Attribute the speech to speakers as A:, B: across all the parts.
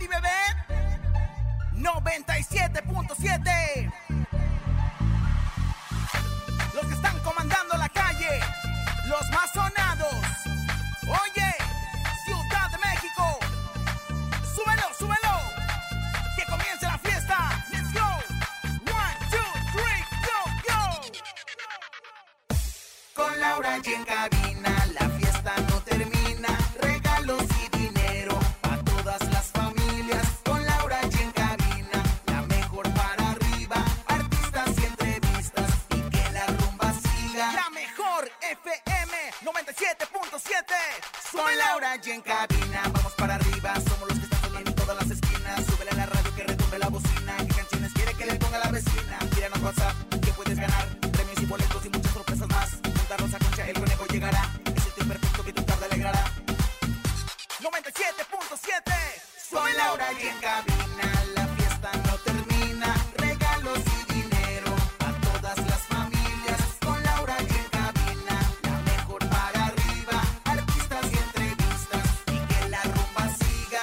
A: bebé. 97.7. Los que están comandando la calle, los más sonados. Oye, Ciudad de México, súbelo, súbelo. Que comience la fiesta. Let's go. One, two, three, go, go. Con Laura y en cabina, la fiesta no termina. Regalos y dinero a todas las familias. Con Laura y en cabina, la mejor para arriba. Artistas y entrevistas y que la rumba siga. La mejor FM 97.7. Soy Laura y en cabina, vamos para arriba. Somos los que están sonando en todas las esquinas. Súbele a la radio que retumbe la bocina. ¿Qué canciones quiere que le ponga la vecina? Tíranos WhatsApp, que puedes ganar. Premios y boletos y muchas sorpresas más. Junta Rosa Concha, el conejo llegará. Es el tío perfecto que tu tarde alegrará. 97.7. Soy Laura y en cabina. La fiesta no termina. Regalos y dinero a todas las familias. Con Laura y en cabina. La mejor para arriba. Artistas y entrevistas. Y que la rumba siga.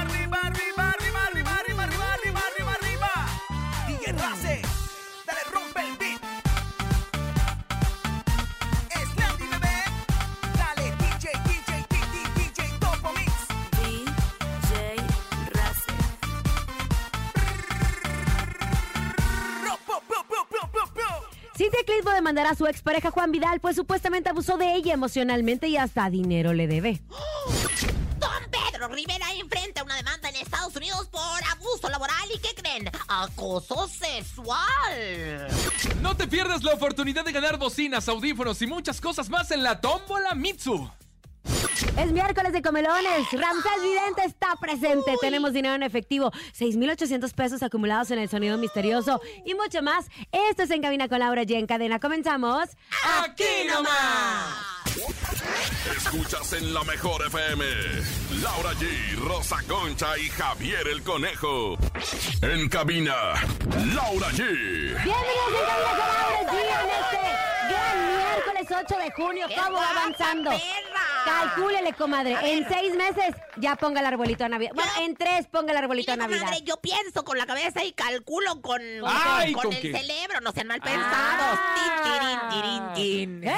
A: arriba, arriba, arriba, arriba, arriba, arriba, arriba, arriba, arriba. DJ Race, dale rompe el beat. Es Landy bebé, dale DJ, DJ, DJ, DJ, Topo Mix.
B: DJ Race.
A: Ro, po, po, po, po, po, po.
C: Cintia Clitbo demandará a su expareja Juan Vidal, pues supuestamente abusó de ella emocionalmente y hasta dinero le debe.
D: Don Pedro Rivera enfrenta una demanda en Estados Unidos por abuso laboral y ¿qué creen? Acoso sexual.
E: No te pierdas la oportunidad de ganar bocinas, audífonos y muchas cosas más en la tómbola Mitsu.
C: Es miércoles de comelones. Ramsés Vidente está presente. Tenemos dinero en efectivo. 6,800 pesos acumulados en el sonido misterioso y mucho más. Esto es En Cabina con Laura G. En cadena. Comenzamos.
E: ¡Aquí nomás!
F: Escuchas en la mejor FM. Laura G, Rosa Concha y Javier el Conejo. En cabina, Laura G.
C: Bienvenidos a En Cabina con Laura G. En este gran miércoles 8 de junio.
D: ¡Qué
C: ¿Cómo va
D: guapa,
C: avanzando?
D: perra!
C: Calcúlele, comadre.
D: A
C: En
D: ver.
C: seis meses ya ponga el arbolito a Navidad. Bueno,
D: Yo-
C: en tres ponga el arbolito a
D: Mira,
C: Navidad.
D: comadre, yo pienso con la cabeza y calculo con,
E: Ay,
D: con,
E: ¿con
D: el
E: qué?
D: cerebro, no sean mal pensados.
C: Ah.
D: Tin, tirin, tirin, tin.
C: ¡Eh!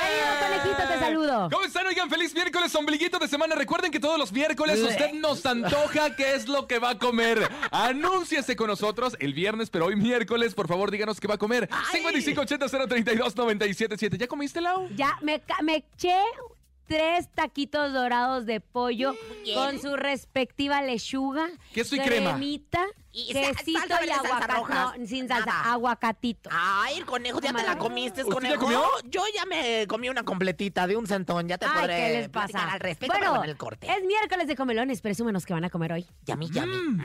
C: Querido conejito, te saludo.
E: ¡Eh! ¿Cómo están? Oigan, feliz miércoles, ombliguito de semana. Recuerden que todos los miércoles usted nos antoja qué es lo que va a comer. Anúnciese con nosotros el viernes, pero hoy miércoles, por favor, díganos qué va a comer. 5580-032-977. ¿Ya comiste, Lau?
C: Ya me, ca- me eché tres taquitos dorados de pollo
D: bien.
C: con su respectiva lechuga,
E: Queso y crema.
C: cremita,
D: Y sa-
C: quesito
D: salsa
C: y
D: verde, salsa roja.
C: aguacatito. sin salsa,
D: Nada. Ah,
C: aguacatito.
D: Ay, el conejo, ya te la
C: Comadre.
D: comiste,
E: ¿Usted ya
D: conejo.
E: comió?
D: Yo ya me comí una completita de un centón, ya te
C: Ay,
D: podré
C: ¿qué les pasa?
D: platicar al respecto pero
C: bueno,
D: en el corte.
C: es miércoles de comelones, presúmenos que van a comer hoy.
D: Yami, yami.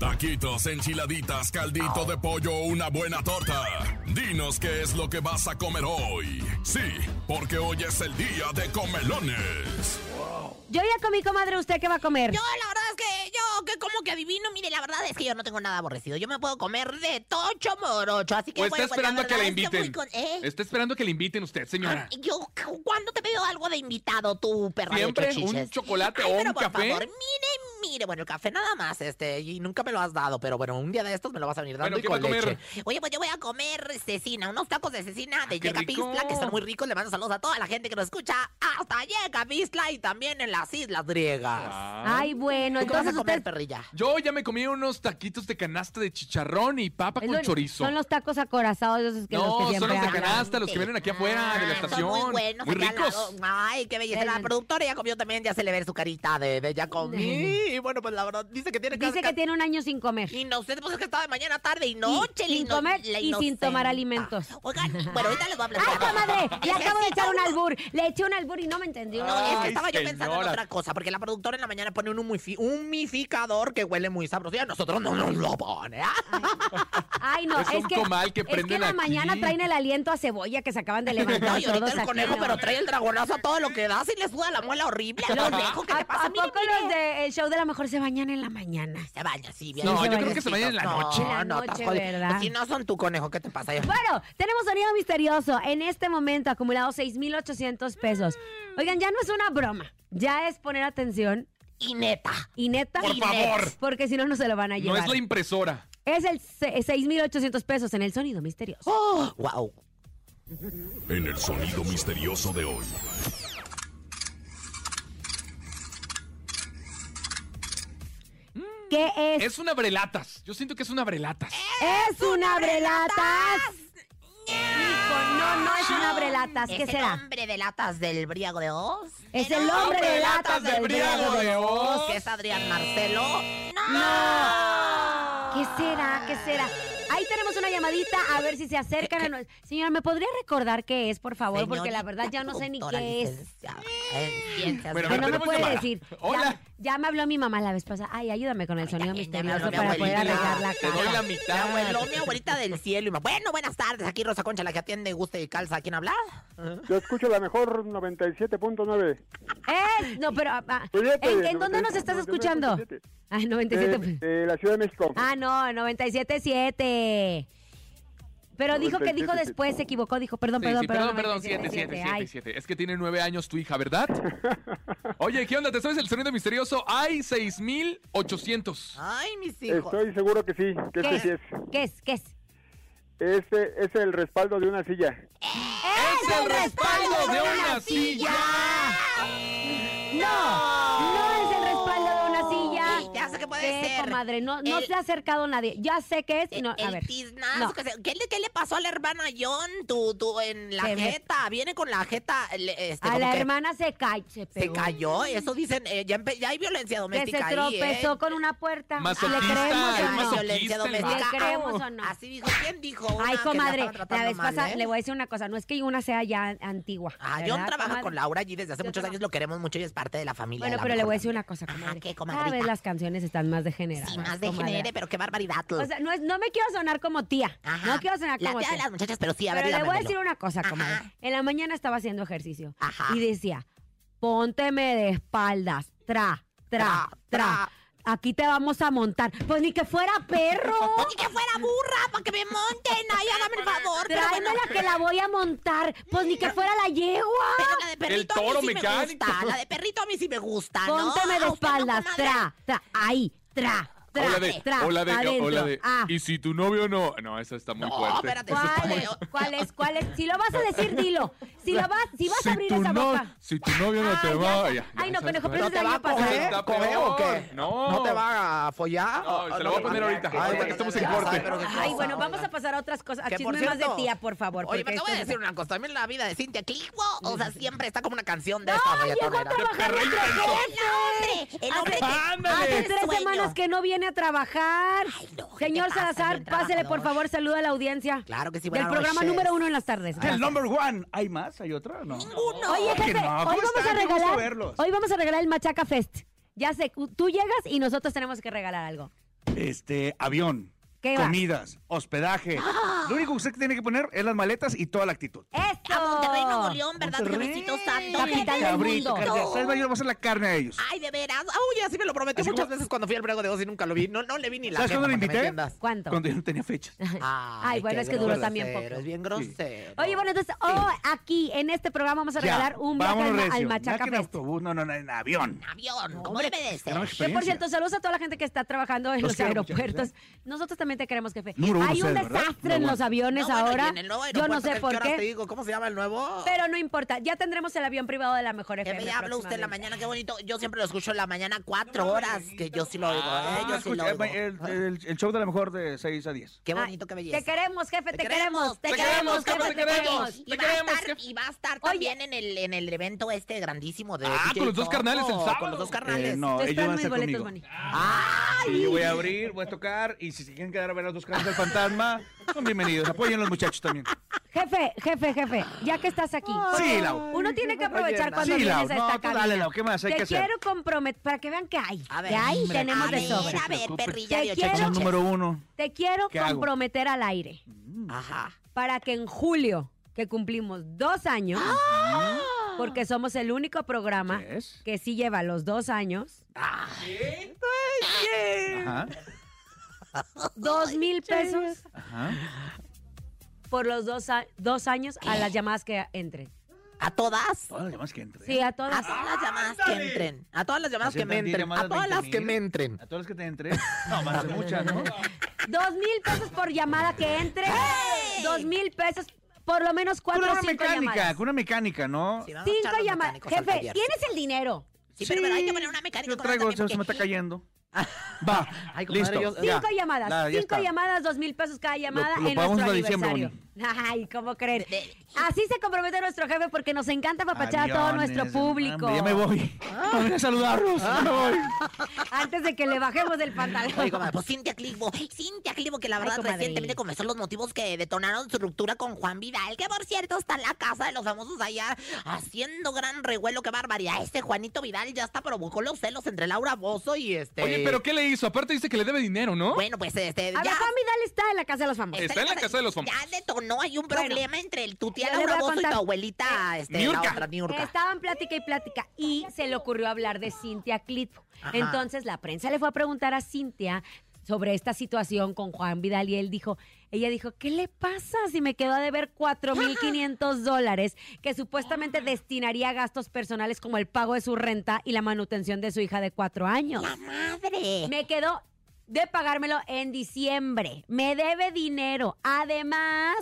F: Taquitos, enchiladitas, caldito de pollo, una buena torta. Dinos qué es lo que vas a comer hoy. Sí, porque hoy es el día de comelones.
C: Yo ya comí, comadre, ¿usted qué va a comer?
D: Yo, la verdad es que yo, que como que adivino, mire, la verdad es que yo no tengo nada aborrecido. Yo me puedo comer de tocho morocho, así que
E: ¿O está
D: bueno, pues,
E: esperando a que la
D: verdad es voy
E: inviten?
D: con- ¿Eh?
E: Está esperando que le inviten usted, señora.
D: Ay, Yo, ¿cuándo te veo algo de invitado, tú, perra de
E: Siempre un
D: chochiches?
E: chocolate
D: Ay,
E: o
D: pero
E: un
D: por
E: café.
D: favor, mire, mire, bueno, el café nada más, este, y nunca me lo has dado, pero bueno, un día de estos me lo vas a venir dando
E: Bueno,
D: y
E: ¿qué va
D: con
E: a comer? Ah,
D: leche. Oye, pues yo voy a comer cecina, unos tacos de cecina de
E: qué
D: Yeca
E: rico.
D: Pixla, que están muy ricos. Le mando saludos a toda la gente que nos escucha hasta Yeca Pixla y también en las Islas Griegas.
E: Ah.
C: Ay, bueno,
D: ¿Tú qué vas a
C: entonces
D: comer,
C: usted...
D: perrilla?
E: Yo ya me comí unos taquitos de canasta de chicharrón y papa
C: es
E: con
C: lo-
E: chorizo.
C: Son los tacos acorazados esos que los que
E: no, son
C: siempre
E: los de
C: hablan.
E: canasta, los que vienen aquí afuera de la
D: Ah, son
E: estación.
D: Muy buenos,
E: Muy
D: acá al
E: ricos.
D: lado. Ay, qué belleza. La
C: Realmente.
D: productora ya comió también, ya se le ve su carita de, de ya comí. Y bueno, pues la verdad, dice que tiene que
C: Dice que tiene un año sin comer.
D: Y no sé, pues es que estaba de mañana, tarde y noche.
C: sin
D: la ino-
C: comer
D: la
C: y sin tomar
D: inocenta.
C: alimentos.
D: Oigan, bueno, ahorita les voy a
C: ¡Ay,
D: platicar.
C: comadre! Le
D: Es que
C: acabo de
D: sí,
C: echar un
D: no,
C: albur. Le eché un albur y no me entendió.
D: No, es que
E: Ay,
D: estaba yo pensando en
E: señora.
D: otra cosa, porque la productora en la mañana pone un humifi- humificador que huele muy sabroso y a nosotros no nos lo pone. ¿ah?
C: Ay, no,
E: Es
C: es,
E: un
C: que.
E: comal que
C: es que en
E: prenden
C: la
E: aquí.
C: mañana traen el aliento a cebolla que se acaban de
D: No,
C: levantar.
D: y ahorita
C: todos
D: el
C: aquí,
D: conejo,
C: ¿no?
D: pero trae el dragonazo a todo lo que da. Si le suda la muela horrible al conejo. ¿Qué
C: ¿A,
D: te pasa?
C: a
D: Mire,
C: poco
D: mire.
C: los del show de la mejor se bañan en la mañana?
D: Se baña, sí, bien.
E: No,
C: Sí, se
E: yo
C: baña.
E: creo que se bañan en la noche.
C: En la
D: No, no, estás
C: noche,
D: jodido.
C: ¿verdad?
D: Si no son tu conejo, ¿qué te pasa? Yo-
C: Bueno, tenemos sonido misterioso. En este momento acumulado 6,800 pesos. Oigan, ya no es una broma. Ya es poner atención
D: Y neta.
C: y neta.
E: Por
C: y neta,
E: favor.
C: Porque si no, no se lo van a
E: No
C: llevar.
E: es la impresora.
C: Es el se- 6,800 pesos en el sonido misterioso.
D: Oh, wow.
F: En el sonido misterioso de hoy.
C: ¿Qué es?
E: Es una brelatas. Yo siento que es una brelatas.
C: ¡Es un abrelatas! Hijo, no, no es un abrelatas. ¿Qué
D: ¿Es el
C: será?
D: hombre de latas del Briago de Oz?
C: Es el hombre de latas del
E: Briago
C: briago
E: de
C: de
E: Oz.
D: ¿Que es Adrián Marcelo?
C: No. ¿Qué será? ¿Qué será? Ahí tenemos una llamadita a ver si se acercan a nosotros. Señora, ¿me podría recordar qué es, por favor? Porque la verdad ya no sé ni qué es.
E: Bueno,
C: Ay,
E: a ver,
C: no me
E: tenemos
C: puede
E: llamada.
C: decir. Ya-
E: Hola.
C: Ya, me habló mi mamá la vez pasada. Ay, ayúdame con el sonido
D: ay, ya me
C: misterioso
D: habló mi
C: para poder
D: abuelita.
C: arreglar la
E: Te doy la
C: cara.
D: Mi
E: mitad.
D: abuelo, mi abuelita del cielo. y ma- Bueno, buenas tardes. Aquí Rosa Concha, la que atiende, gusta y calza. ¿A quién habla?
G: Yo escucho la mejor 97.9.
C: Eh, no, pero ah, ah,
G: Pues ya te-
C: ¿en, en dónde nos estás
G: 97.7?
C: escuchando? Ah, Ay,
G: De,
E: Eh,
C: 97.
G: de la Ciudad de México.
C: Ah, no, 97.7. Pero dijo que dijo
G: 97.7.
C: después, se equivocó, dijo, perdón,
E: Sí,
C: perdón,
E: sí,
C: perdón.
E: perdón, perdón,
C: 97.7,
E: 7, 7,
C: ay.
E: 7, 7. Es que tiene nueve años tu hija, ¿verdad? Oye, ¿qué onda? ¿Te sabes el sonido misterioso? Hay 6800.
D: Ay, mis hijos.
G: Estoy seguro que sí, que
C: ¿Qué
G: este
C: es?
G: sí es.
C: ¿Qué es? ¿Qué es?
G: Este es el respaldo de una silla.
C: ¡Es
E: el respaldo de una silla!
C: ¡No! ¡No es el respaldo de una silla!
D: Ya sé que puede
C: ¿Qué,
D: ser.
C: comadre? No, no
D: El-
C: se ha acercado nadie. Ya sé qué es y no... a
D: el
C: ver.
D: tiznazo
C: No.
D: que se- ¿Qué, le, qué le pasó a la hermana John? Tú, tú, en la
C: Se me-
D: jeta. Viene con la jeta. le- este,
C: A
D: como
C: la
D: que
C: hermana se cae, se
D: Se
C: pegó.
D: cayó. Eso dicen. eh, ya, empe- ya hay violencia
C: Que se
D: doméstica ahí. ¿eh?
C: tropezó con una puerta. Ah, ¿Le
E: Masoquista,
C: creemos
E: es
C: o no?
E: masoquista.
D: violencia
E: el
D: doméstica.
C: vato. ¿Le creemos o no?
D: Así dijo. ¿Quién dijo? Una
C: Ay,
D: Ah, que
C: comadre,
D: estaban
C: la
D: tratando
C: vez
D: mal,
C: pasada
D: ¿eh?
C: le voy a decir una cosa. No es que una sea ya antigua.
D: Ah,
C: ¿verdad,
D: John trabaja
C: comadre?
D: con Laura allí desde hace
C: Yo
D: muchos
C: trabajo.
D: años, lo queremos mucho y es parte de la familia.
C: Bueno,
D: la
C: pero le
D: mejor
C: voy a decir una cosa,
D: familia.
C: comadre.
D: Ajá, ¿qué,
C: Cada vez
D: comadrita?
C: las canciones están más degeneradas.
D: Sí, más de
C: comadre.
D: genere, pero qué barbaridad.
C: O sea, no, es- no me quiero sonar como tía.
D: Ajá.
C: No quiero sonar
D: La
C: como
D: tía de
C: tía.
D: las muchachas, pero sí, a ver,
C: Pero le voy a
D: dígamelo.
C: decir una cosa,
D: Ajá.
C: comadre. En la mañana estaba haciendo ejercicio.
D: Ajá.
C: Y decía, pónteme de espaldas. Tra, tra,
D: Tra, tra.
C: tra. Aquí te vamos a montar. Pues ni que fuera perro.
D: Pues ni que fuera burra, para que me monten. Ay, hágame el favor. Pero bueno,
C: Tráemela que la voy a montar. Pues ni que fuera la yegua.
D: pero la de perrito
E: toro
D: a mí sí
E: mecánico.
D: me gusta. La de perrito a mí sí me gusta, ¿no?
C: Pónteme de
D: A usted no,
C: espaldas.
D: comadre.
C: Tra, tra. Ahí, tra, tra.
E: Hola de,
C: tra,
E: hola de,
C: adentro.
E: hola de.
C: Ah.
E: Y si tu novio no. No, esa está muy
D: No,
E: fuerte.
D: espérate.
E: Esa está
C: ¿Cuál
E: muy-
C: es? ¿Cuál es? ¿Cuál es? Si lo vas a decir, dilo. Si lo vas, si vas a abrir
E: tu
C: esa
E: no-
C: boca.
E: si tu novio no te
C: Ay,
E: va.
C: ya-
E: ya, ya
C: ay, no,
E: sabes
C: conejo,
E: cuál
C: pero
E: es.
C: eso es el año pasado.
E: coger?
C: Está
E: ¿Coger o qué? No.
H: ¿No te va a follar?
E: No, se lo voy a poner ahorita, ahorita que estamos en
H: ya
E: corte.
H: sabe, pero qué
C: Ay,
H: cosa.
C: bueno, vamos a pasar a otras cosas. A
H: Que, por
C: chisme más de
H: cierto,
C: tía, por favor.
D: Oye,
C: porque
D: pero te voy a
C: esto es-
D: decir una cosa. También la vida de Cintia Clivo, o sea, siempre está como una canción de esta
C: Llegó a
D: reggaetonera.
C: trabajar
E: perro
C: nuestro
E: intenso.
C: jefe.
D: ¡El hombre! ¡El hombre! que-
E: Ándale.
C: Hace
D: ¡Ay,
C: tres
D: sueño!
C: semanas que no viene a trabajar.
D: Ay, no, ¿qué
C: Señor
D: te pasa,
C: Salazar,
D: buen
C: pásele, por
D: trabajador?
C: favor, saluda a la audiencia.
D: Claro que sí,
C: Del
D: buenas
C: programa
D: noches.
C: número uno en las tardes.
H: El
C: Gracias.
H: number one. ¿Hay más? ¿Hay otra? No.
D: Ninguno.
C: Oye,
H: que
C: jefe,
H: no. ¿Cómo
C: hoy vamos a
H: están? Qué gusto
C: regalar.
H: verlos.
C: Hoy vamos a regalar el Machaca Fest. Ya sé, tú llegas y nosotros tenemos que regalar algo.
H: Este, avión.
C: ¿Qué va? ¡Ah!
H: comidas, hospedaje. Lo único que usted tiene que poner es las maletas y toda la actitud.
C: ¡Esto!
D: A Monterrey, Nuevo León, ¿verdad?
H: Monterrey.
D: Jesucito Santo.
C: Capital del
H: Cabrito,
C: mundo.
H: carne- ¿Sabes? Yo le voy a hacer la carne a ellos.
D: Ay, de veras. Ay, así me lo prometió
H: Así
D: muchas
H: como-
D: veces cuando fui al Brego de Oz y nunca lo vi. No, no le vi ni la
H: ¿Sabes
D: jeta,
H: cuándo lo
D: para que me
H: invité?
D: entiendas.
C: ¿Cuánto?
H: Cuando yo no tenía fecha.
C: Ay, bueno,
D: qué
C: es que duró
D: grosero,
C: también poco.
D: Es bien grosero.
C: Oye, bueno, entonces, oh, aquí, en este programa, vamos a regalar
H: Ya,
C: un viaje
H: vámonos,
C: al, al
H: recio.
C: Machaca
H: Nada que en
C: Fest.
H: autobús, no, no, no, en avión.
D: Avión, ¿cómo debe de
H: Gran
D: ser?
C: Que, por
H: experiencia.
C: cierto, saludos a toda la gente que está trabajando en
H: Los
C: los,
H: quiero,
C: aeropuertos.
H: muchachos,
C: Nosotros también te queremos, jefe.
H: Número uno
C: Hay un
H: ustedes, ¿verdad?
C: desastre en
H: Número
C: los
H: uno.
C: aviones
D: No, bueno, y
C: ahora.
D: en el nuevo
C: Yo no
D: aeropuerto,
C: sé
D: ¿qué
C: por
D: horas Te
C: qué.
D: digo, ¿Cómo se llama el nuevo?
C: Pero no importa, ya tendremos el avión privado de la mejor
D: Que
C: FM.
D: me habla usted en la
C: próximamente.
D: mañana, qué bonito. Yo siempre lo escucho en la mañana cuatro horas, que yo sí lo oigo. eh, yo sí lo
H: Escucha,
D: oigo.
H: el, el- el show de la mejor de 6 a 10.
D: Qué
C: Ay,
D: bonito, qué belleza.
C: Te queremos, jefe, te, queremos,
D: te
E: queremos,
C: jefe,
E: jefe, te queremos.
D: Y va
E: Te
D: a
E: queremos,
D: estar,
E: jefe.
D: y va a estar
C: Oye.
D: también en el, en el evento este grandísimo de.
E: Ah,
D: DJ
E: con los dos
D: Topo,
E: carnales el
D: Con
E: sábado.
D: los dos carnales.
H: Eh, no, ellos
C: Están
H: van a
C: mis
H: estar
C: boletos,
H: conmigo.
C: Moni.
H: Sí, yo voy a abrir, voy a tocar y si se quieren quedar a ver las dos caras del fantasma, son bienvenidos. Apoyen a los muchachos también.
C: Jefe, jefe, jefe, ya que estás aquí.
H: Sí,
C: porque
H: Lau.
C: Uno tiene que aprovechar
H: Oye,
C: cuando
H: sí,
C: vienes
H: Lau,
C: a
H: no,
C: esta
H: tú dale,
C: cabina.
H: Lau, ¿qué más hay
C: Te
H: que hacer?
C: quiero comprometer para que vean que hay.
D: A ver,
C: que hay,
D: hombre,
C: tenemos
D: a
C: de
D: ver,
C: sobra.
D: a ver, perrilla
C: Te
D: de ocho
H: Sección
C: quiero-
D: chichas.
H: número uno.
C: Te quiero
H: ¿Qué hago?
C: comprometer al aire
D: Ajá.
C: para que en julio, que cumplimos dos años,
D: Ah.
C: porque somos el único programa
H: Yes.
C: que sí lleva los dos años,
H: Ajá.
C: dos mil pesos
H: Ajá.
C: por los dos, a- dos años a las llamadas que entren.
D: A todas.
H: Todas las demás que entren.
C: Sí, a
D: A
C: todas.
D: todas las llamadas que entren. A todas las llamadas
H: Así
D: que me
H: entendí,
D: entren.
H: llamadas
D: A todas las
H: 20,000.
D: que me entren.
H: A todas las que te entren. No, más de muchas, ¿no?
C: Dos mil pesos por llamada que entre.
D: ¡Hey!
C: Dos mil pesos, por lo menos
H: Con
C: cuatro o
H: una
C: cinco
H: mecánica,
C: llamadas.
H: con una mecánica, ¿no?
D: Si vamos a echar
C: Cinco
D: los
C: llamadas.
D: mecánicos al
C: Jefe,
D: taller.
C: tienes el dinero.
D: Sí, pero, pero hay que poner una mecánica.
H: Yo
D: con
H: traigo,
D: también,
H: se, se me
D: porque-
H: está cayendo. Va,
D: Ay, comadre,
H: listo.
D: yo-
H: ya.
C: Cinco llamadas.
H: Ya, ya
C: cinco
H: está.
C: llamadas, dos mil pesos cada llamada
H: Lo- lo
C: en
H: pagamos
C: nuestro
H: hasta diciembre,
C: aniversario. Ay, ¿cómo creen? Así se compromete nuestro jefe porque nos encanta papachar a todo
H: Aviones,
C: nuestro público. Ah.
H: hombre, Ya me voy. No vine a saludarlos. ya me voy.
C: Antes de que le bajemos el
D: Oye,
C: pantalón.
D: comadre, pues Cintia Clivo, Cintia Clivo, que la verdad
C: comadre.
D: recientemente comenzó los motivos que detonaron su ruptura con Juan Vidal, que por cierto está en la casa de los famosos allá haciendo gran revuelo, qué barbaridad. Este Juanito Vidal ya hasta provocó los celos entre Laura Bozo y este.
E: Oye, pero ¿qué le hizo? Aparte dice que le debe dinero, ¿no?
D: Bueno, pues este.
C: A ver,
D: ya-
C: Juan Vidal está en la casa de los famosos.
E: Está en la casa de los famosos.
D: Ya detonó, hay un problema entre el tu tía
C: yo le
D: Laura
C: voy a
D: Bozo y
C: contar. Eh,
D: tu abuelita, este,
E: Niurka.
D: la otra Niurka.
C: Estaban plática y plática y se le ocurrió hablar de Cintia Clitbo.
D: Ajá.
C: Entonces la prensa le fue a preguntar a Cintia sobre esta situación con Juan Vidal y él dijo, ella dijo, ¿qué le pasa si me quedó a deber 4.500 dólares que supuestamente destinaría a gastos personales como el pago de su renta y la manutención de su hija de cuatro años?
D: La Ah, madre.
C: Me quedó de pagármelo en diciembre. Me debe dinero. Además,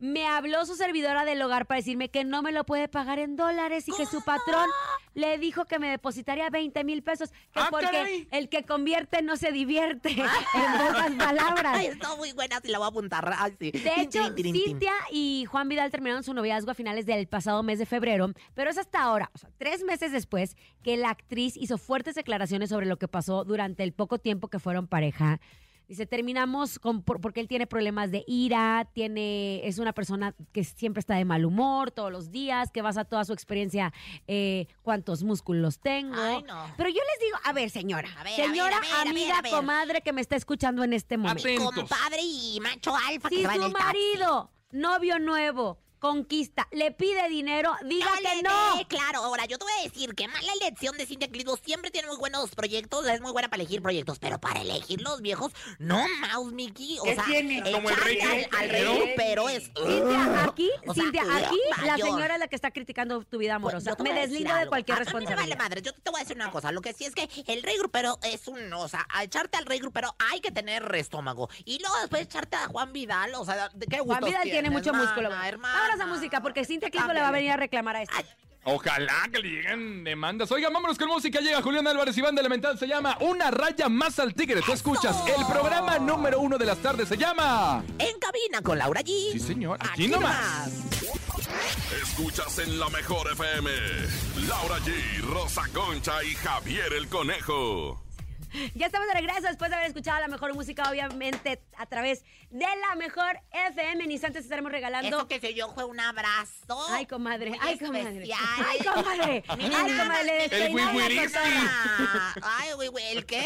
C: me habló su servidora del hogar para decirme que no me lo puede pagar en dólares y que su patrón le dijo que me depositaría 20 mil pesos. Que
E: Ah,
C: porque
E: caray. Ah.
C: el que convierte no se divierte. en pocas palabras.
D: Ay, está muy buena, si la voy a apuntar. Ay, sí.
C: De
D: Tin,
C: hecho,
D: tin, tin, tin.
C: Cintia y Juan Vidal terminaron su noviazgo a finales del pasado mes de febrero, pero es hasta ahora, o sea, tres meses después, que la actriz hizo fuertes declaraciones sobre lo que pasó durante el poco tiempo que fueron pareja. Dice, terminamos con, por- porque él tiene problemas de ira, tiene, es una persona que siempre está de mal humor todos los días, que basa toda su experiencia, eh, cuántos músculos tengo.
D: Ay, no.
C: Pero yo les digo, a ver, señora,
D: A ver, a ver,
C: señora,
D: a ver, a ver,
C: amiga,
D: a ver.
C: comadre que me está escuchando en este momento.
E: Atentos.
D: Compadre y macho alfa que
C: Si
D: se va en
C: su
D: el taxi.
C: marido, novio nuevo, conquista, le pide dinero, diga que no.
D: Dale, Claro, ahora yo te voy a decir que mala elección de Cintia Clitbo siempre tiene muy buenos proyectos, es muy buena para elegir proyectos, pero para elegir los viejos, no Mouse Mickey, o
I: ¿Qué
D: sea,
I: tiene? Como el
D: echarle
I: rey
D: al, al rey, pero es
C: Cintia, aquí,
D: O sea,
C: Cintia, aquí,
D: mayor. Pues,
C: la señora es la que está criticando tu vida amorosa.
D: Yo te
C: Me
D: voy a decir
C: deslindo de
D: algo.
C: cualquier
D: A- a mí
C: responsabilidad.
D: me vale madre, yo te voy a decir una cosa. Lo que sí es que el rey grupero es un. O sea, a echarte al rey grupero hay que tener estómago. Y luego después echarte a Juan Vidal. O sea, ¿de qué gusto?
C: Juan Vidal tiene mucho músculo.
D: Hermana.
C: Vámonos a música, porque Cintia Clipo le va a venir a reclamar a esto.
E: Ojalá que le lleguen demandas. Oigan, vámonos con música. Llega Julián Álvarez y Banda Elemental. Se llama Una Raya Más al Tigre. Tú escuchas el programa número uno de las tardes. Se llama...
D: En cabina con Laura G.
E: Sí, señor. Aquí,
D: Aquí
E: nomás.
D: nomás.
F: Escuchas en la mejor FM. Laura G, Rosa Concha y Javier el Conejo.
C: Ya estamos de regreso después de haber escuchado la mejor música, obviamente, a través de la mejor FM. En instantes estaremos regalando.
D: Eso que se yo fue un abrazo.
C: Ay, comadre,
D: muy
C: ay, comadre.
D: especial.
C: Ay, comadre. Ay,
D: Mira
C: comadre,
D: nada más
C: le
D: que-
C: despeinaron la
E: wiwiriski.
C: cotorra.
D: Ay, güey, güey, ¿el qué?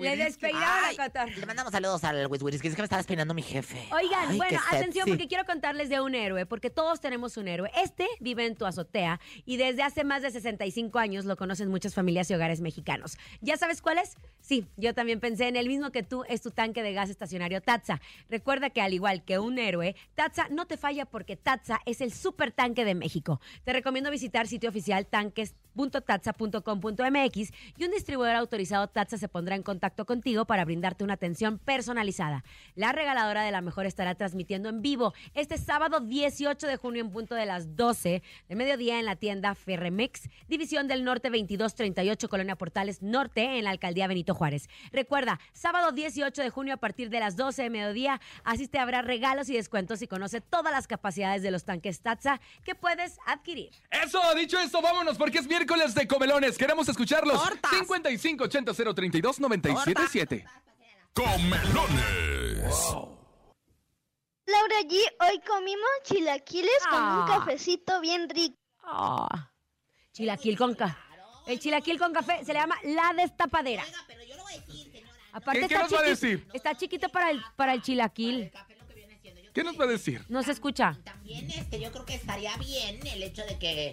C: Le despeinaron
D: Ay,
C: la cotorra.
D: Le mandamos saludos al Wiswiris, que es que me estaba despeinando mi jefe.
C: Oigan,
D: Ay,
C: bueno,
D: qué
C: atención
D: sexy.
C: porque quiero contarles de un héroe, porque todos tenemos un héroe. Este vive en tu azotea y desde hace más de 65 años lo conocen muchas familias y hogares mexicanos. ¿Ya sabes cuál es? Sí, yo también pensé en el mismo que tú, es tu tanque de gas estacionario Tatsa. Recuerda que al igual que un héroe, Tatsa no te falla porque Tatsa es el super tanque de México. Te recomiendo visitar sitio oficial tanques.tatsa.com.mx y un distribuidor autorizado Tatsa se pondrá en contacto contigo para brindarte una atención personalizada. La regaladora de la mejor estará transmitiendo en vivo este sábado 18 de junio en punto de las 12 de mediodía en la tienda Ferremex, División del Norte 2238, Colonia Portales Norte, en la alcaldía Benito Juárez. Recuerda, sábado 18 de junio a partir de las 12 de mediodía, asiste habrá regalos y descuentos y conoce todas las capacidades de los tanques Tatsa que puedes adquirir.
E: Eso, dicho esto, vámonos porque es miércoles de comelones. Queremos escucharlos.
D: Tortas.
E: 55 80 032 977.
F: Comelones.
I: Laura G, hoy comimos chilaquiles con un
C: Ah.
I: cafecito bien rico.
C: Ah, chilaquil con café. El chilaquil con café se le llama la destapadera.
D: Oiga, Ah, pero yo lo voy a decir, señora.
C: Aparte
E: ¿Qué- qué
C: está
E: nos va a
C: chiqui-
E: decir?
C: Está chiquito para el, para el chilaquil.
E: ¿Qué nos va a decir?
C: No se escucha.
D: También este, yo creo que estaría bien el hecho de que.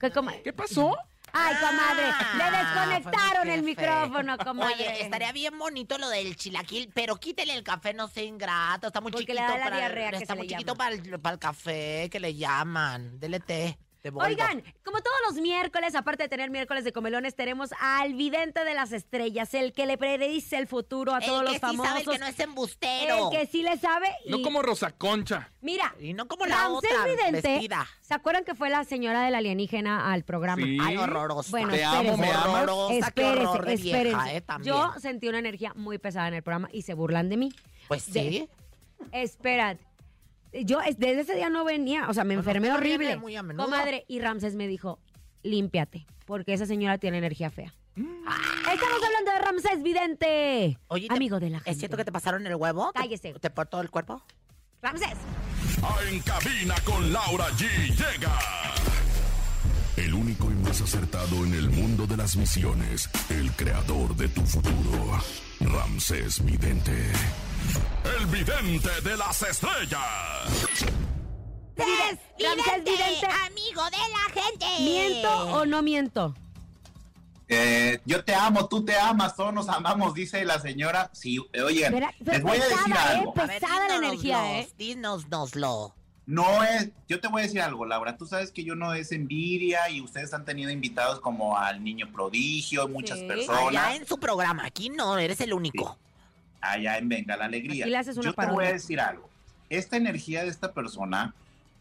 C: ¿Qué coma-
E: ¿Qué pasó?
C: Ay, comadre,
D: Ah,
C: le desconectaron
D: pues,
C: el
D: qué
C: micrófono,
D: feo.
C: comadre.
D: Oye, estaría bien bonito lo del chilaquil, pero quítele el café, no sea ingrato. Está muy
C: Porque le
D: chiquito.
C: da la
D: para,
C: diarrea que
D: Está
C: se
D: muy
C: le llama.
D: chiquito para el, para el café que le llaman. Dele té. de boldo.
C: Oigan, como todos los miércoles, aparte de tener miércoles de comelones, tenemos al vidente de las estrellas, el que le predice el futuro a
D: El
C: todos
D: que
C: los
D: sí
C: famosos.
D: sabe, el que no es embustero.
C: El que sí le sabe. Y,
E: No como Rosa Concha.
C: Mira,
D: Y no como la
C: Ramsés
D: otra
C: Vidente,
D: vestida.
C: ¿se acuerdan que fue la señora del alienígena al programa?
E: Sí.
D: Ay, horroroso.
C: Bueno,
E: Te amo, me amas.
D: Horrorosa, qué
C: Espérense,
D: horror de vieja,
C: espérense.
D: eh, también.
C: Yo sentí una energía muy pesada en el programa y se burlan de mí.
D: Pues
C: de-
D: sí.
C: Espérate. Yo es- desde ese día no venía, o sea, me
D: No, no,
C: enfermé
D: no viene
C: horrible.
D: muy a menudo.
C: Comadre, y Ramses me dijo, límpiate, porque esa señora tiene energía fea. Estamos hablando de Ramses Vidente,
D: Mm. Oye, te-
C: amigo de la gente.
D: ¿Es cierto que te pasaron el huevo? ¿Te-
C: Cállese.
D: ¿Te por todo el cuerpo?
C: Ramses.
F: A Ah, En cabina con Laura G llega. El único y más acertado en el mundo de las misiones, el creador de tu futuro, Ramsés Vidente. El vidente de las estrellas.
C: Ramses Vidente.
D: amigo de la gente.
C: ¿Miento o no miento?
J: Eh, yo te amo, tú te amas, todos nos amamos, dice la señora. Sí, eh, oigan,
C: Espera, pero
J: les voy a decir
C: pesada, ¿eh?
J: algo.
C: Pe- Pesada la energía,
D: dínosnoslos,
C: ¿eh?
D: Dínosnoslo.
J: No es, yo te voy a decir algo, Laura. Tú sabes que yo no es envidia y ustedes han tenido invitados como al niño prodigio, muchas
C: Sí.
J: personas.
D: Allá en su programa, aquí no, eres el único.
J: allá en Venga la Alegría.
C: Aquí le haces una
J: Yo te
C: parodia.
J: voy a decir algo. Esta energía de esta persona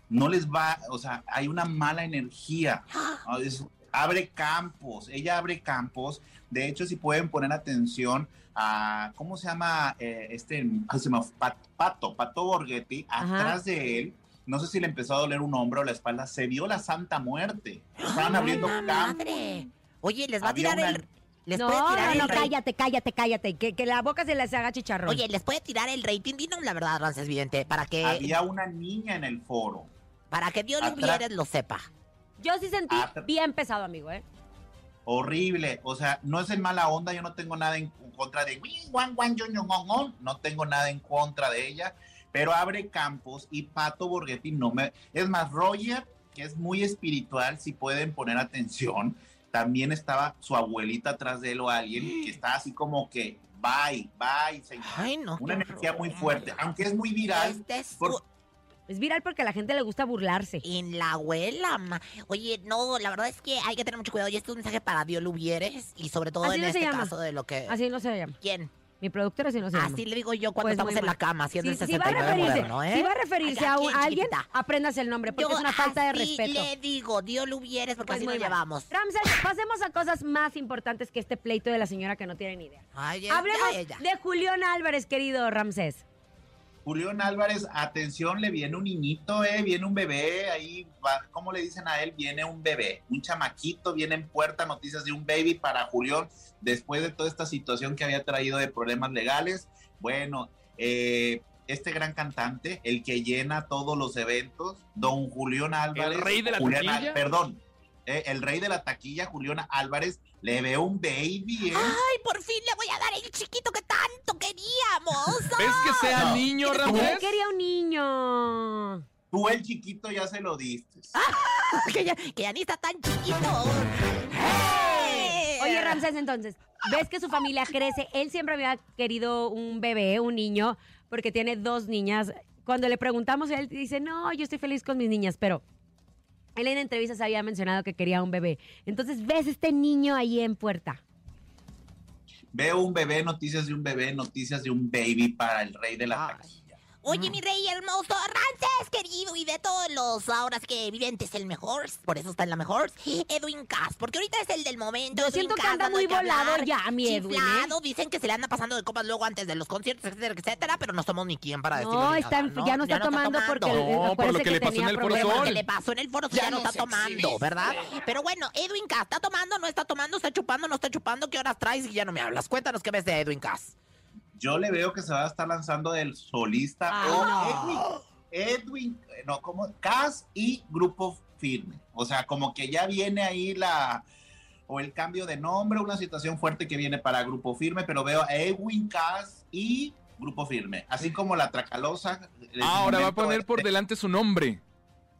J: no les va, o sea, hay una mala energía. Ah, es- abre campos, ella abre campos. De hecho, si pueden poner atención a, ¿cómo se llama? Eh, este, ah, se me fue, Pat- Pato, Pato Borghetti,
C: Ajá.
J: atrás de él. No sé si le empezó a doler un hombro o la espalda. Se vio la Santa Muerte. Estaban abriendo
D: ¡Ah,
J: campos.
D: madre! Oye, les va a
J: Había
D: tirar
J: una-
D: el. Les
C: no,
D: puede tirar
C: no, no,
D: el ra-
C: cállate, cállate, cállate, que, que la boca se les haga chicharrón.
D: Oye, les puede tirar el rating, dinos la verdad, Frances Vidente, para que,
J: Había una niña en el foro.
D: para que Dios lo
J: atrás-
D: vieres lo sepa.
C: Yo sí sentí
J: Ah, pero-
C: bien pesado, amigo, ¿eh?
J: Horrible, o sea, no es en mala onda, yo no tengo nada en contra de Win, guan, guan, yo, yo, ngon, ngon. no tengo nada en contra de ella, pero abre campos y Pato Borghetti no me... Es más, Roger, que es muy espiritual, si pueden poner atención, también estaba su abuelita atrás de él o alguien que está así como que, bye, bye, señor.
D: Ay, no.
J: Una
D: Ah, qué
J: energía
D: horror.
J: muy fuerte, aunque es muy viral.
D: Este es
J: por-
D: su-
C: Es viral porque a la gente le gusta burlarse.
D: En la abuela, ma. Oye, no, la verdad es que hay que tener mucho cuidado. Y este es un mensaje para Dios lo hubieres. Y sobre todo
C: Así
D: en
C: no se
D: este
C: llama.
D: caso de lo que.
C: Así no se llama.
D: ¿Quién?
C: Mi productora así no se llama.
D: Así Ah, le digo yo cuando
C: Pues
D: estamos
C: muy
D: en la
C: mal.
D: cama, haciendo
C: Si,
D: el
C: si va a
D: 69
C: referirse,
D: moderno, ¿eh?
C: si va a, referirse a,
D: Aquí,
C: a alguien,
D: chiquitita.
C: aprendas el nombre, porque
D: Yo
C: es una falta de
D: así
C: respeto.
D: le digo, Dios lo hubieres, porque
C: Pues
D: así
C: muy
D: nos
C: mal.
D: llevamos.
C: Ramses, pasemos a cosas más importantes que este pleito de la señora que no tiene ni idea.
D: Ay, ya,
C: Hablemos
D: ya, ella.
C: de Julián Álvarez, querido Ramsés.
J: Julián Álvarez, atención, le viene un niñito, eh, viene un bebé, ahí, va- ¿cómo le dicen a él? Viene un bebé, un chamaquito, viene en puerta noticias de un baby para Julián, después de toda esta situación que había traído de problemas legales. Bueno, eh, este gran cantante, el que llena todos los eventos, don Julián Álvarez.
E: rey de la
J: Julián
E: taquilla.
J: Al- perdón, eh, el rey de la taquilla, Julián Álvarez, le ve un baby, eh.
D: Ay, por fin le voy a dar el chiquito que tanto queríamos.
E: ¿Ves que sea
J: No.
E: niño,
C: Yo
E: Ramsés?
C: quería un niño.
J: Tú el chiquito ya se lo diste.
D: que, ya, que ya ni está tan chiquito.
C: Oye, Ramsés, entonces, ves que su familia crece. Él siempre había querido un bebé, un niño, porque tiene dos niñas. Cuando le preguntamos, él dice, no, yo estoy feliz con mis niñas, pero él en entrevistas había mencionado que quería un bebé. Entonces, ves este niño ahí en puerta.
J: Veo un bebé, noticias de un bebé, noticias de un baby para el rey de la
D: Ay.
J: taquilla.
D: Oye, mi rey hermoso, Ramses, querido, y de todos los ahora sí que videntes el mejor, por eso está en la mejor, Edwin Cass, porque ahorita es el del momento.
C: Yo
D: Edwin
C: siento que
D: Cass,
C: anda
D: dando
C: muy
D: de qué hablar,
C: volado ya, mi Edwin, ¿eh?
D: chiflado, dicen que se le anda pasando de copas luego antes de los conciertos, etcétera, etcétera, pero Ah, no somos ni quién para decirlo.
C: No,
D: ni
C: está,
D: nada,
C: en- ya no está tomando porque...
E: No, por lo
C: acuérdese
E: que le pasó
C: tenía
E: en el Foro
C: problemas.
D: Pero bueno,
E: Sol.
D: que le pasó en el foro sí, ya, no está tomando, ¿verdad? Pero bueno, Edwin Cass está tomando, no está tomando, está chupando, no está chupando, ¿qué horas traes? Y ya no me hablas. Cuéntanos qué ves de Edwin Cass.
J: Yo le veo que se va a estar lanzando del solista
C: Ah,
J: Edwin, Edwin, no, como Cas y Grupo Firme. O sea, como que ya viene ahí la o el cambio de nombre, una situación fuerte que viene para Grupo Firme, pero veo a Edwin Cas y Grupo Firme, así como la Tracalosa. en el
E: Ah, Ahora va a
J: momento
E: poner por
J: este,
E: delante su nombre.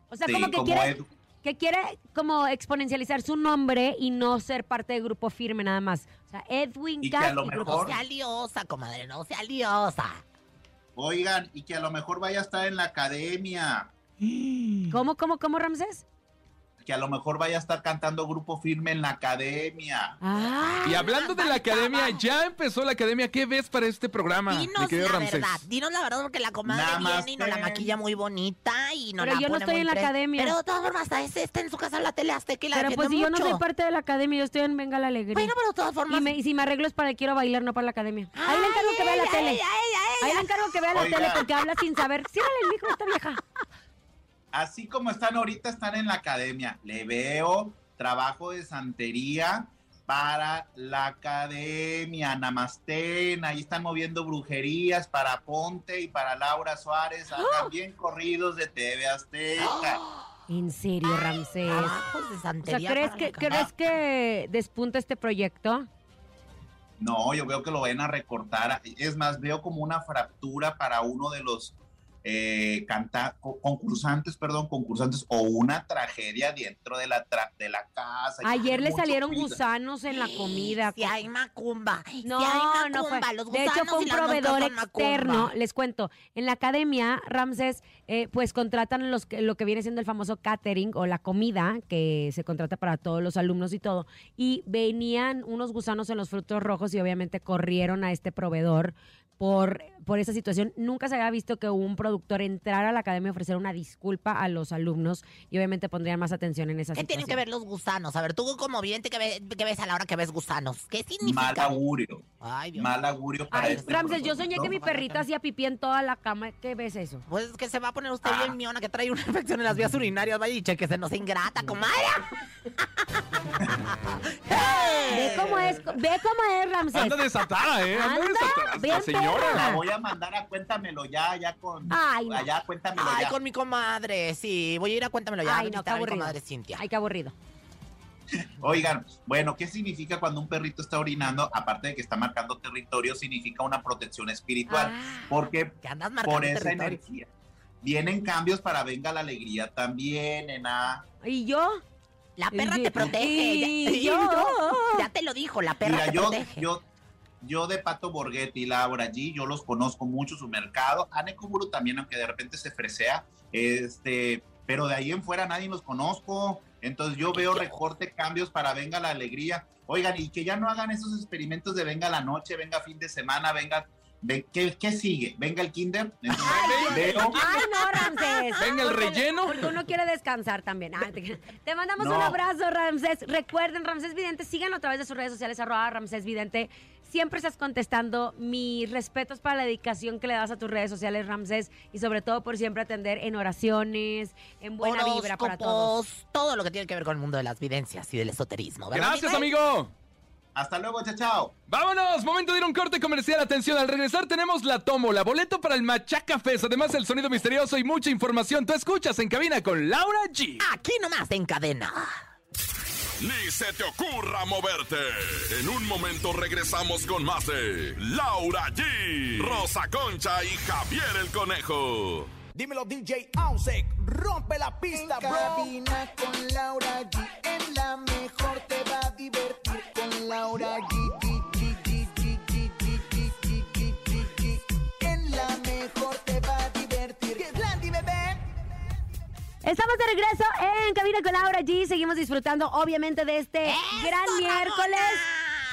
C: O sea,
J: sí,
C: como que
J: como
C: quiere,
J: Edu-
C: que quiere como exponencializar su nombre y no ser parte de grupo firme nada más. O sea, Edwin
J: Y que a
C: Cass
J: lo
C: y
J: mejor-
D: No sea liosa, comadre, no sea liosa.
J: Oigan, y que a lo mejor vaya a estar en la academia,
C: ¿Cómo, cómo, cómo, Ramsés?
J: que a lo mejor vaya a estar cantando Grupo Firme en la academia.
C: Ah,
E: Y hablando de la academia, ya empezó la academia. ¿Qué ves para este programa, mi
D: Dinos
E: querido
D: la
E: Ramsés?
D: verdad, dinos la verdad porque la comadre viene y nos la
J: Namaste.
D: maquilla muy bonita y nos
C: Pero
D: la
C: yo no
D: pone
C: estoy
D: muy
C: en la
D: pres-
C: academia.
D: Pero de todas formas, es está en su casa la tele azteca y la
C: pero
D: defiende
C: pues si yo no
D: mucho.
C: soy parte de la academia, yo estoy en Venga la Alegría.
D: Bueno, pero de todas
C: y,
D: formas...
C: me- y si me arreglo es para el quiero bailar, no para la academia. Ahí le encargo que vea la
D: Ay,
C: tele.
D: ay, ay, ay, ay.
C: Ahí le encargo que vea la
J: Oiga.
C: tele porque habla sin saber. Ciérrale el micro a esta vieja.
J: Así como están ahorita, están en la academia. Le veo trabajo de santería para la academia. Namastén, ahí están moviendo brujerías para Ponte y para Laura Suárez. Hagan bien corridos de TV Azteca.
C: En serio, Ramsés.
D: Trabajos de
C: O sea,
D: santería
C: ¿crees
D: para la
C: que,
D: cama.
C: ¿crees que despunta este proyecto?
J: No, yo veo que lo van a recortar. Es más, veo como una fractura para uno de los eh, canta- co- concursantes, perdón, concursantes, o una tragedia dentro de la, tra- de la casa.
C: Ayer le
J: Mucho
C: salieron
J: piso.
C: gusanos en la comida. pues.
D: Si hay macumba.
C: No,
D: si hay
C: no fue.
D: macumba, los
C: De hecho,
D: gusanos
C: fue un
D: y las moscas
C: proveedor
D: son macumba.
C: externo. Les cuento, en la academia, Ramses, eh, pues contratan los, que- lo que viene siendo el famoso catering o la comida que se contrata para todos los alumnos y todo. Y venían unos gusanos en los frutos rojos y obviamente corrieron a este proveedor. Por, por esa situación, nunca se había visto que un productor entrara a la academia y ofrecer una disculpa a los alumnos y obviamente pondrían más atención en esa
D: ¿Qué
C: situación.
D: tienen que ver los gusanos? A ver, tú como vidente, ¿qué, ve- qué ves a la hora que ves gusanos? ¿Qué
J: Mal
D: significa?
J: augurio,
D: Ay, Dios.
J: mal augurio para
C: Ay,
J: este
C: Ramses, yo
J: productor.
C: soñé que mi perrita hacía pipí en toda la cama. ¿Qué ves eso?
D: Pues es que se va a poner usted
J: Ah.
D: bien miona que trae una infección en las vías urinarias, vaya y que se nos ingrata, comadre.
C: Ve cómo es, ve cómo es Ramsés.
E: Anda desatada, ¿eh? Anda
C: Anda
E: desatada, esta
C: bien
E: señora.
C: perra.
J: La voy a mandar a cuéntamelo ya, ya con.
C: Ay, no.
J: Allá, cuéntamelo
D: Ay,
J: ya.
D: con mi comadre, sí. Voy a ir a cuéntamelo ya.
C: Ay, no, qué
D: a visitar a mi
C: aburrido.
D: comadre Cintia.
C: Ay, qué aburrido.
J: Oigan, bueno, ¿qué significa cuando un perrito está orinando? Aparte de que está marcando territorio, significa una protección espiritual.
C: Ah.
J: Porque
D: que andas marcando
J: por esa
D: territorio.
J: energía. Vienen cambios para venga la alegría también, nena.
C: ¿Y yo?
D: La perra
C: Y-
D: te protege. ya-
C: y yo.
D: Ya te lo dijo, la perra
J: Mira,
D: te
J: yo,
D: protege.
J: yo, yo de Pato Borghetti y Laura G, yo los conozco mucho, su mercado. Ane Kuburu también, aunque de repente se fresea, este, pero de ahí en fuera nadie los conozco. Entonces yo veo recorte, cambios para venga la alegría. Oigan, y que ya no hagan esos experimentos de venga la noche, venga fin de semana, venga. ve- ¿Qué, qué sigue? ¿Venga el kinder? Entonces, veo-
C: Ay, no, Ramsés.
E: Venga, el
C: Porque-
E: relleno.
C: Porque uno quiere descansar también. Ah, te, te mandamos
J: No.
C: un abrazo, Ramsés. Recuerden, Ramsés Vidente, síganlo a través de sus redes sociales, arroba Ramsés Vidente. Siempre estás contestando. Mis respetos para la dedicación que le das a tus redes sociales, Ramsés. Y sobre todo por siempre atender en oraciones, en buena vibra para todos.
D: Horóscopos, todo lo que tiene que ver con el mundo de las videncias y del esoterismo. ¿verdad,
E: Gracias,
D: Miguel?
E: amigo.
J: Hasta luego, chao, chao.
E: Vámonos, momento de ir a un corte comercial. Atención, al regresar tenemos la tómbola, boleto para el Machaca Fest, además el sonido misterioso y mucha información. Tú escuchas en cabina con Laura G.
D: Aquí nomás en cadena.
F: Ni se te ocurra moverte. En un momento regresamos con más de Laura G, Rosa Concha y Javier el Conejo.
A: Dímelo DJ Ausek, rompe la pista,
K: En cabina con Laura G. En la mejor te va a divertir con Laura G. G, G, G, G, G, G, G, G, G, G, G. En la mejor te va a divertir. ¡Qué Landy, bebé!
C: Estamos de regreso en Cabina con Laura G. Seguimos disfrutando, obviamente, de este gran miércoles.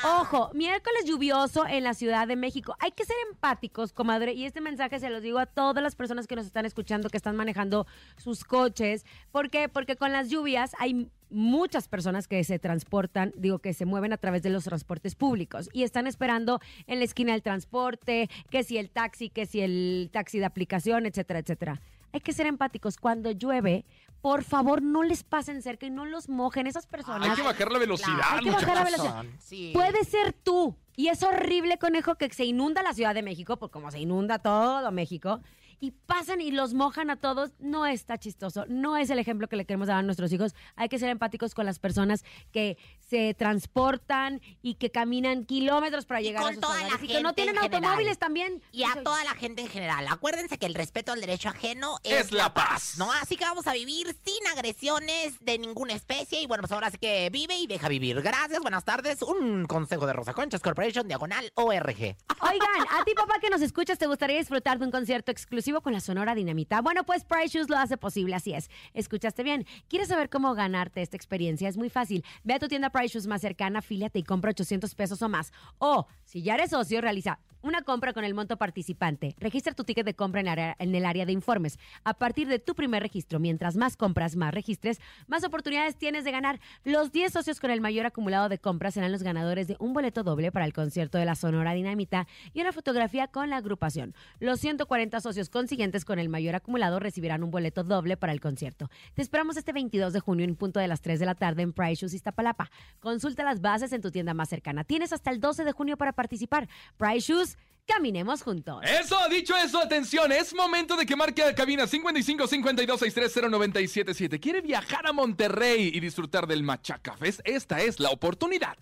C: Ojo, miércoles lluvioso en la Ciudad de México. Hay que ser empáticos, comadre, y este mensaje se los digo a todas las personas que nos están escuchando, que están manejando sus coches. ¿Por qué? Porque con las lluvias hay muchas personas que se transportan, digo, que se mueven a través de los transportes públicos y están esperando en la esquina del transporte, que si el taxi, que si el taxi de aplicación, etcétera, etcétera. Hay que ser empáticos. Cuando llueve, por favor, no les pasen cerca y no los mojen. Esas personas.
E: Hay que bajar la velocidad,
C: Hay que bajar la
E: muchachos.
C: velocidad. Puede ser tú. Y es horrible, conejo, que se inunda la Ciudad de México, porque como se inunda todo México, y pasan y los mojan a todos, no está chistoso. No es el ejemplo que le queremos dar a nuestros hijos. Hay que ser empáticos con las personas que se transportan y que caminan kilómetros para llegar a
D: con
C: sus
D: toda
C: hogares
D: la
C: y que no
D: gente
C: tienen
D: en general.
C: automóviles también.
D: Y a toda la gente en general. Acuérdense que el respeto al derecho ajeno es,
E: Es la paz.
D: ¿no? Así que vamos a vivir sin agresiones de ninguna especie. Y bueno, pues ahora sí que vive y deja vivir. Gracias, buenas tardes. Un consejo de Rosa Conchas Corporation, diagonal ORG.
C: Oigan, a ti papá que nos escuchas, ¿te gustaría disfrutar de un concierto exclusivo con la Sonora Dinamita? Bueno, pues Price Shoes lo hace posible, así es. Escuchaste bien. ¿Quieres saber cómo ganarte esta experiencia? Es muy fácil. Ve a tu tienda Price Shoes más cercana, afíliate y compra 800 pesos o más. O, si ya eres socio, realiza una compra con el monto participante. Registra tu ticket de compra en, el área- en el área de informes. A partir de tu primer registro, mientras más compras, más registres, más oportunidades tienes de ganar. Los 10 socios con el mayor acumulado de compras serán los ganadores de un boleto doble para el concierto de la Sonora Dinamita y una fotografía con la agrupación. Los 140 socios consiguientes con el mayor acumulado recibirán un boleto doble para el concierto. Te esperamos este 22 de junio en punto de las 3 de la tarde en Price Shoes Iztapalapa. Consulta las bases en tu tienda más cercana. Tienes hasta el 12 de junio para participar. Price Shoes, caminemos juntos.
E: Eso, dicho eso, atención, es momento de que marque la cabina 55 52 630 977. ¿Quiere viajar a Monterrey y disfrutar del Machaca Fest? Esta es la oportunidad.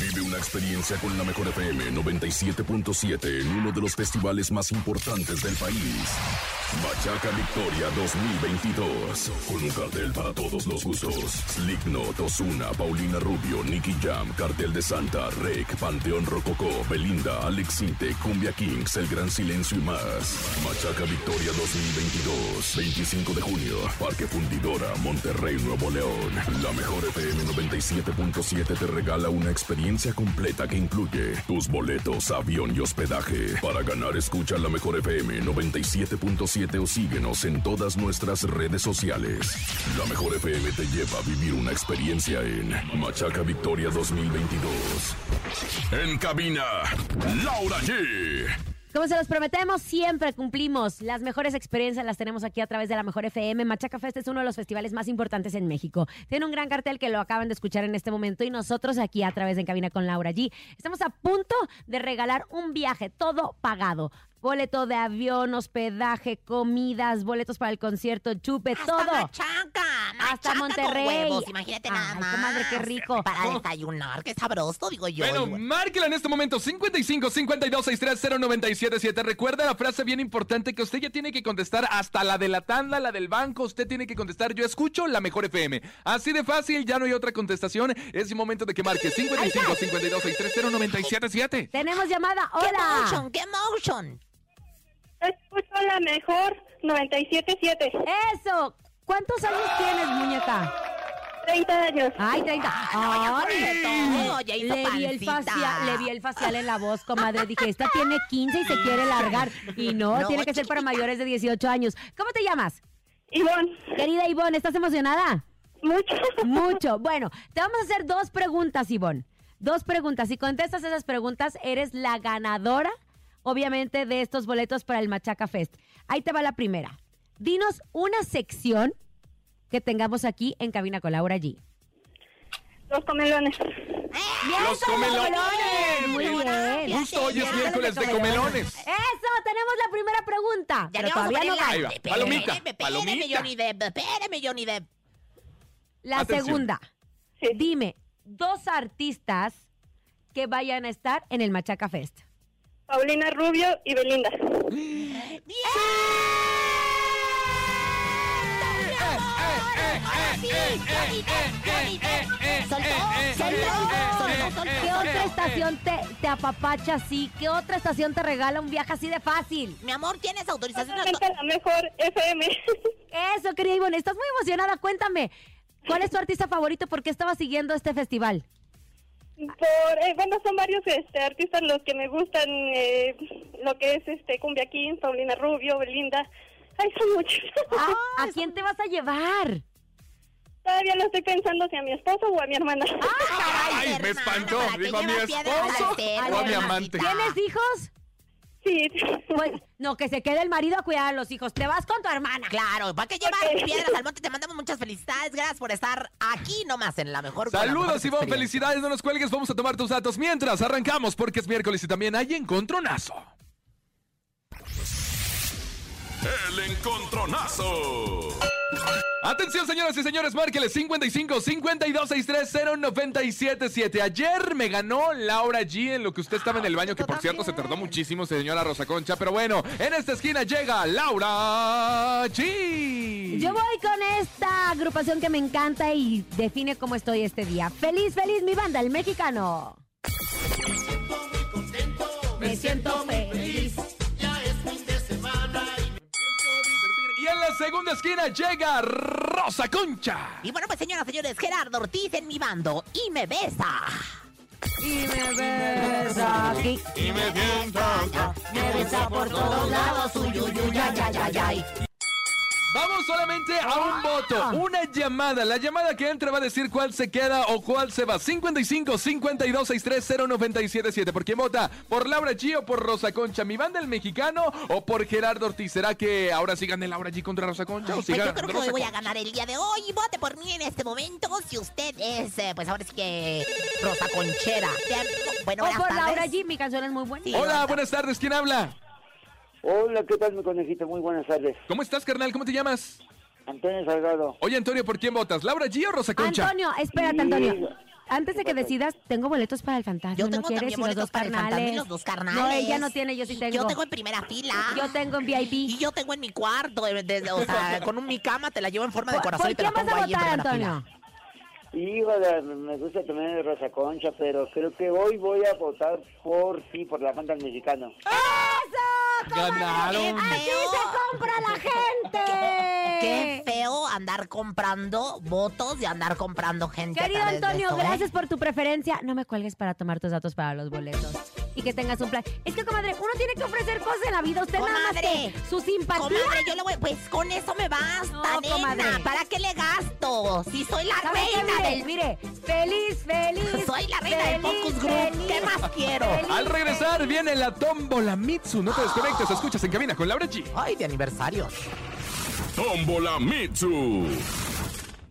F: Vive una experiencia con la mejor FM 97.7 en uno de los festivales más importantes del país. Machaca Victoria 2022. Con un cartel para todos los gustos. Slipknot, Osuna, Paulina Rubio, Nicky Jam, Cartel de Santa, Rec, Panteón Rococó, Belinda, Alex Sinte, Cumbia Kings, El Gran Silencio y más. Machaca Victoria 2022. 25 de junio. Parque Fundidora, Monterrey, Nuevo León. La mejor FM 97.7 te regala una experiencia completa que incluye tus boletos, avión y hospedaje. Para ganar, escucha la mejor FM 97.7 o síguenos en todas nuestras redes sociales. La mejor FM te lleva a vivir una experiencia en Machaca Victoria 2022. En cabina, Laura G.
C: Como se los prometemos, siempre cumplimos. Las mejores experiencias las tenemos aquí a través de la Mejor FM. Machaca Fest es uno de los festivales más importantes en México. Tiene un gran cartel que lo acaban de escuchar en este momento y nosotros aquí a través de En Cabina con Laura G. Estamos a punto de regalar un viaje todo pagado. Boleto de avión, hospedaje, comidas, boletos para el concierto, chupe, todo.
D: Machaca, machaca
C: Hasta Monterrey.
D: Con huevos, imagínate nada
C: Ay,
D: más.
C: comadre, qué rico. Oh.
D: Para desayunar, qué sabroso, digo yo.
E: Bueno, márquela en este momento 55 52 630 977. Recuerda la frase bien importante que usted ya tiene que contestar hasta la de la tanda, la del banco. Usted tiene que contestar. Yo escucho la mejor FM. Así de fácil, ya no hay otra contestación. Es momento de que marque 55 52 630 977.
C: Tenemos llamada.
D: ¡Qué
C: Hola.
D: motion, qué motion!
L: Escucho la mejor 97.7.
C: Eso. ¿Cuántos años tienes, muñeca?
L: 30 años.
C: Ay, 30.
D: Ah,
C: Ay,
D: todo, ya hizo
C: le vi, el
D: pancita.
C: facial, le vi el facial en la voz, comadre. Dije, esta tiene 15 y se quiere largar. Y no,
D: No,
C: tiene que ser para mayores de 18 años. ¿Cómo te llamas?
L: Ivonne,
C: Querida Ivonne, ¿estás emocionada?
L: mucho.
C: Mucho. Bueno, te vamos a hacer dos preguntas, Ivonne. Dos preguntas. Si contestas esas preguntas, eres la ganadora, obviamente, de estos boletos para el Machaca Fest. Ahí te va la primera. Dinos una sección que tengamos aquí en Cabina con Laura G.
L: Los comelones.
D: Eh,
C: ¡Bien,
E: ¡Los
C: son los
E: comelones!
C: Muy bien.
E: Justo hoy es miércoles de comelones.
C: Eso, tenemos la primera pregunta.
D: Ya
C: Pero
D: le vamos a
C: todavía
D: poner
C: no
D: la...
C: va.
E: Ahí va.
D: Espérame,
E: Palomita,
D: espérame,
E: palomita.
D: Johnny Depp, espérame, Johnny Depp.
C: La
E: Atención.
C: segunda.
L: Sí.
C: Dime, dos artistas que vayan a estar en el Machaca Fest.
L: Paulina Rubio y Belinda.
E: Eh, eh,
C: ¿Qué otra
E: eh.
C: estación te, te apapacha así? ¿Qué otra estación te regala un viaje así de fácil?
D: Mi amor, ¿tienes autorización?
L: Solamente la mejor FM.
C: Eso, querida Ivonne, estás muy emocionada. Cuéntame, ¿cuál es tu artista favorito? ¿Por qué estabas siguiendo este festival?
L: Por, eh, bueno, son varios este, artistas los que me gustan. eh, lo que es este Cumbia King, Paulina Rubio, Belinda. Ay, son muchos.
C: ¿A, a quién te vas a llevar?
L: Todavía lo estoy pensando si a mi esposo o a mi hermana.
C: Ah.
E: Ay, me espantó. Digo a mi esposo o a mi amante.
D: Ah.
C: ¿Tienes hijos?
L: Sí, Sí.
C: Pues, no, que se quede el marido a cuidar a los hijos. Te vas con tu hermana.
D: Claro, ¿para qué llevar piedras al monte? Te mandamos muchas felicidades. Gracias por estar aquí nomás en la mejor. con la mejor
E: Saludos, Ivonne.
D: experiencia.
E: Felicidades. No nos cuelgues. Vamos a tomar tus datos mientras arrancamos porque es miércoles y también hay encontronazo.
F: El encontronazo.
E: Atención, señoras y señores, márqueles 55 52 63 0977. Ayer me ganó Laura G en lo que usted estaba en el baño, que por cierto se tardó muchísimo, señora Rosa Concha. Pero bueno, en esta esquina llega Laura G.
C: Yo voy con esta agrupación que me encanta y define cómo estoy este día. Feliz, feliz, mi banda, el mexicano.
A: Me siento feliz. Ya es fin de semana
E: Y en la segunda esquina llega Rosa Concha.
D: Y bueno, pues señoras, señores, Gerardo Ortiz en mi bando y me besa.
C: Y me besa aquí.
A: y me tienta acá. Me besa por todos lados. Uy, uy, uy, ay, ay, ay, ay.
E: Vamos solamente a
D: ¡Ah!
E: un voto, una llamada. La llamada que entre va a decir cuál se queda o cuál se va. 55 52 63 0977. ¿Por quién vota? ¿Por Laura G o por Rosa Concha? ¿Mi banda el mexicano o por Gerardo Ortiz? ¿Será que ahora sí gane Laura G contra Rosa Concha o
D: Pues
E: sí
D: yo
E: gana
D: creo que
E: Rosa
D: hoy voy a
E: Concha?
D: ganar el día de hoy. Vote por mí en este momento. Si usted es, eh, pues ahora sí que Rosa Conchera. Te- Bueno,
C: o
D: buenas
C: por Laura
D: tardes.
C: G, mi canción es muy buena.
E: Hola, buenas tardes. ¿Quién habla?
M: Hola, ¿qué tal, mi conejito? Muy buenas tardes.
E: ¿Cómo estás, carnal? ¿Cómo te llamas?
M: Antonio Salgado.
E: Oye, Antonio, ¿por quién votas? ¿Laura G o Rosa Concha?
C: Antonio, espérate, Antonio. Antes de que decidas, tengo boletos para el fantasma.
D: Yo tengo
C: ¿No quieres?
D: también
C: Y los
D: boletos
C: dos
D: para el fantasma
C: carnales.
D: y los dos carnales.
C: No, ella no tiene, yo sí
D: Y
C: tengo.
D: Yo tengo en primera fila.
C: Yo tengo en VIP.
D: Y yo tengo en mi cuarto. eh, desde- o sea, con un, mi cama te la llevo en forma de
C: ¿Por-
D: corazón
C: por
D: y te la
C: quién vas
D: pongo
C: a
D: ahí en
C: votar,
D: primera fila.
C: Antonio?
M: Híjole, me gusta también el Rosa Concha, pero creo que hoy voy a votar por sí, por la banda del mexicano.
E: Ganaron.
C: ¡Aquí se compra la
D: Qué
C: gente!
D: feo andar comprando votos y andar comprando gente. a
C: Querido
D: través de
C: Antonio,
D: esto, ¿eh?
C: gracias por tu preferencia. No me cuelgues para tomar tus datos para los boletos. Y que tengas un plan. Es que, comadre, uno tiene que ofrecer cosas en la vida. Usted nada más
D: Comadre.
C: que su simpatía.
D: Comadre, yo le voy. Pues con eso me basta,
C: No, comadre.
D: nena. ¿Para qué le gasto? Si soy la
C: ¿Sabe qué?
D: reina
C: Mire,
D: del.
C: mire, feliz, feliz.
D: Soy la reina del
C: feliz,
D: Focus Group.
C: feliz,
D: ¿Qué más quiero?
C: feliz,
E: Al regresar viene la tómbola Mitsu. No te desconectes, escuchas en cabina con Laura G.
D: Ay, de aniversarios.
F: Tómbola Mitsu.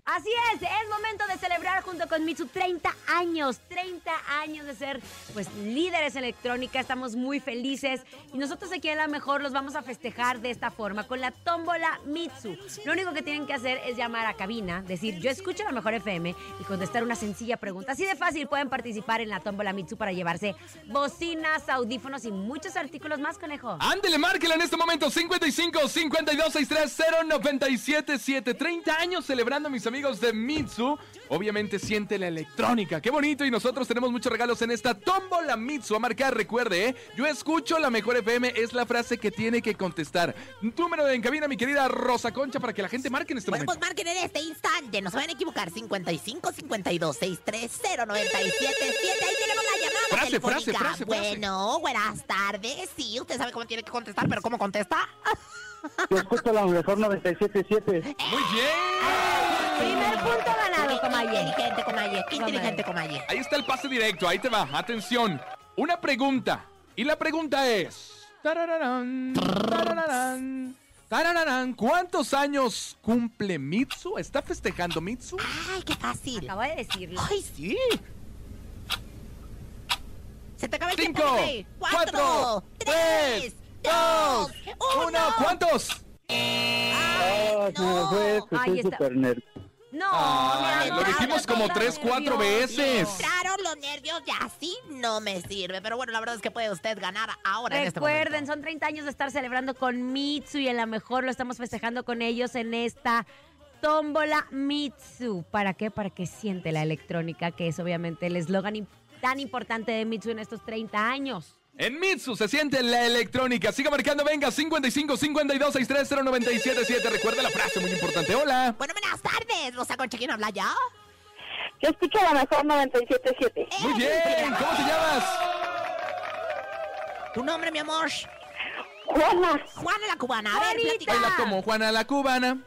C: Así es, es momento de celebrar junto con Mitsu 30 años, 30 años de ser pues líderes en electrónica, estamos muy felices y nosotros aquí en La Mejor los vamos a festejar de esta forma, con la tómbola Mitsu. Lo único que tienen que hacer es llamar a cabina, decir yo escucho La Mejor FM y contestar una sencilla pregunta. Así de fácil pueden participar en la tómbola Mitsu para llevarse bocinas, audífonos y muchos artículos más, conejo.
E: Ándele, márquela en este momento. 55 52 63 0977. 30 años celebrando, mis amigos de Mitsu. Obviamente siente la electrónica. Qué bonito. Y nosotros tenemos muchos regalos en esta tómbola Mitsu. A marcar, recuerde, ¿eh? Yo escucho la mejor FM. Es la frase que tiene que contestar. Número de encabina, mi querida Rosa Concha, para que la gente marque en este
D: Bueno,
E: momento.
D: pues marquen en este instante. No se van a equivocar. 55 52 630 977. Ahí tenemos la llamada.
E: Frase,
D: telefónica.
E: frase, frase, frase.
D: Bueno, buenas tardes. Sí, usted sabe cómo tiene que contestar, pero ¿cómo contesta?
M: Yo escucho la mejor 97.7.
E: Muy bien.
C: Primer punto ganado, Comaye.
D: Inteligente, Comaye. Qué inteligente, Comaye.
E: Ahí está el pase directo. Ahí te va. Atención. Una pregunta. Y la pregunta es. Tarararán, tarararán, tarararán. ¿Cuántos años cumple Mitsu? ¿Está festejando Mitsu?
D: Ay, qué fácil.
C: Acabo de decirlo.
D: Ay, sí. Se te acaba el
E: Cinco,
D: tiempo, bebé.
E: cuatro, tres, dos, uno. ¿Cuántos?
M: Ah, se me fue, pues
C: Eh, Ahí
M: estoy
C: está.
M: súper nerd.
C: No,
E: Ah,
C: mi
E: lo
C: amor,
E: dijimos
C: no,
E: como
C: no,
E: tres,
C: no,
E: cuatro
C: Dios,
E: veces.
C: Dios.
D: Entraron los nervios y así no me sirve. Pero bueno, la verdad es que puede usted ganar ahora en este
C: Recuerden,
D: momento.
C: son 30 años de estar celebrando con Mitsu y en la mejor lo estamos festejando con ellos en esta tómbola Mitsu. ¿Para qué? Para que siente la electrónica, que es obviamente el eslogan im- tan importante de Mitsu en estos 30 años.
E: En Mitsu se siente la electrónica. Siga marcando, venga, 55 52 63 0977. Recuerda la frase muy importante. Hola.
D: Bueno, buenas tardes. Rosa Concha, ¿quién habla ya?
L: Yo escucho la mejor 97.7.
E: Muy
D: Eh,
E: bien. ¿Cómo te llamas?
D: Tu nombre, mi amor.
L: Juana,
D: Juana la cubana. A ver,
C: Juanita.
D: platica.
E: Baila como Juana la Cubana.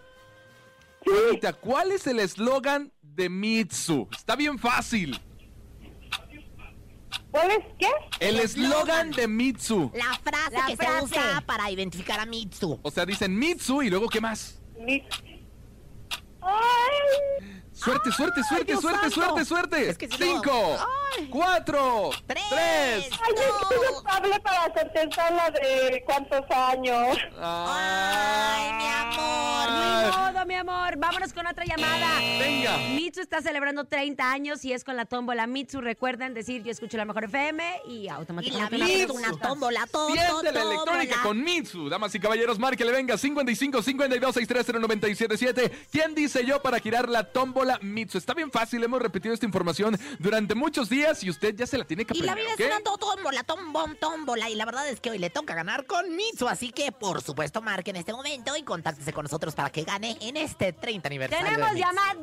E: Juanita, ¿cuál es el eslogan de Mitsu? Está bien fácil.
L: ¿Cuál es qué?
E: El eslogan de Mitsu.
D: La frase
L: La
D: que
L: frase.
D: se usa para identificar a Mitsu.
E: O sea, dicen Mitsu y luego ¿qué más? Suerte, suerte, suerte,
D: Dios
E: suerte,
D: santo.
E: suerte, suerte.
D: Es que si no-
E: Cinco, cuatro, tres.
L: Ay, es que yo hablé para contestar la de cuántos años.
C: Ni modo, mi amor. Vámonos con otra llamada.
E: Venga.
C: Mitsu está celebrando 30 años y es con la tómbola. Mitsu, recuerdan decir yo escucho la mejor FM y automáticamente.
D: Y la vida es
C: pregunta.
D: una tómbola, to-
E: Siente la
D: to-
E: electrónica
D: tómbola.
E: con Mitsu. Damas y caballeros, márquele, venga, 55 52 630 977. ¿Quién dice yo para girar la tómbola Mitsu? Está bien fácil, hemos repetido esta información durante muchos días y usted ya se la tiene que
D: Y la
E: aprender.
D: vida
E: ¿ok?
D: es una to- tómbola, tombom, tómbola. Y la verdad es que hoy le toca ganar con Mitsu. Así que, por supuesto, marque en este momento y contáctese con nosotros para que gane en este 30 aniversario.
C: Tenemos
D: de Mitsu.
C: llamado.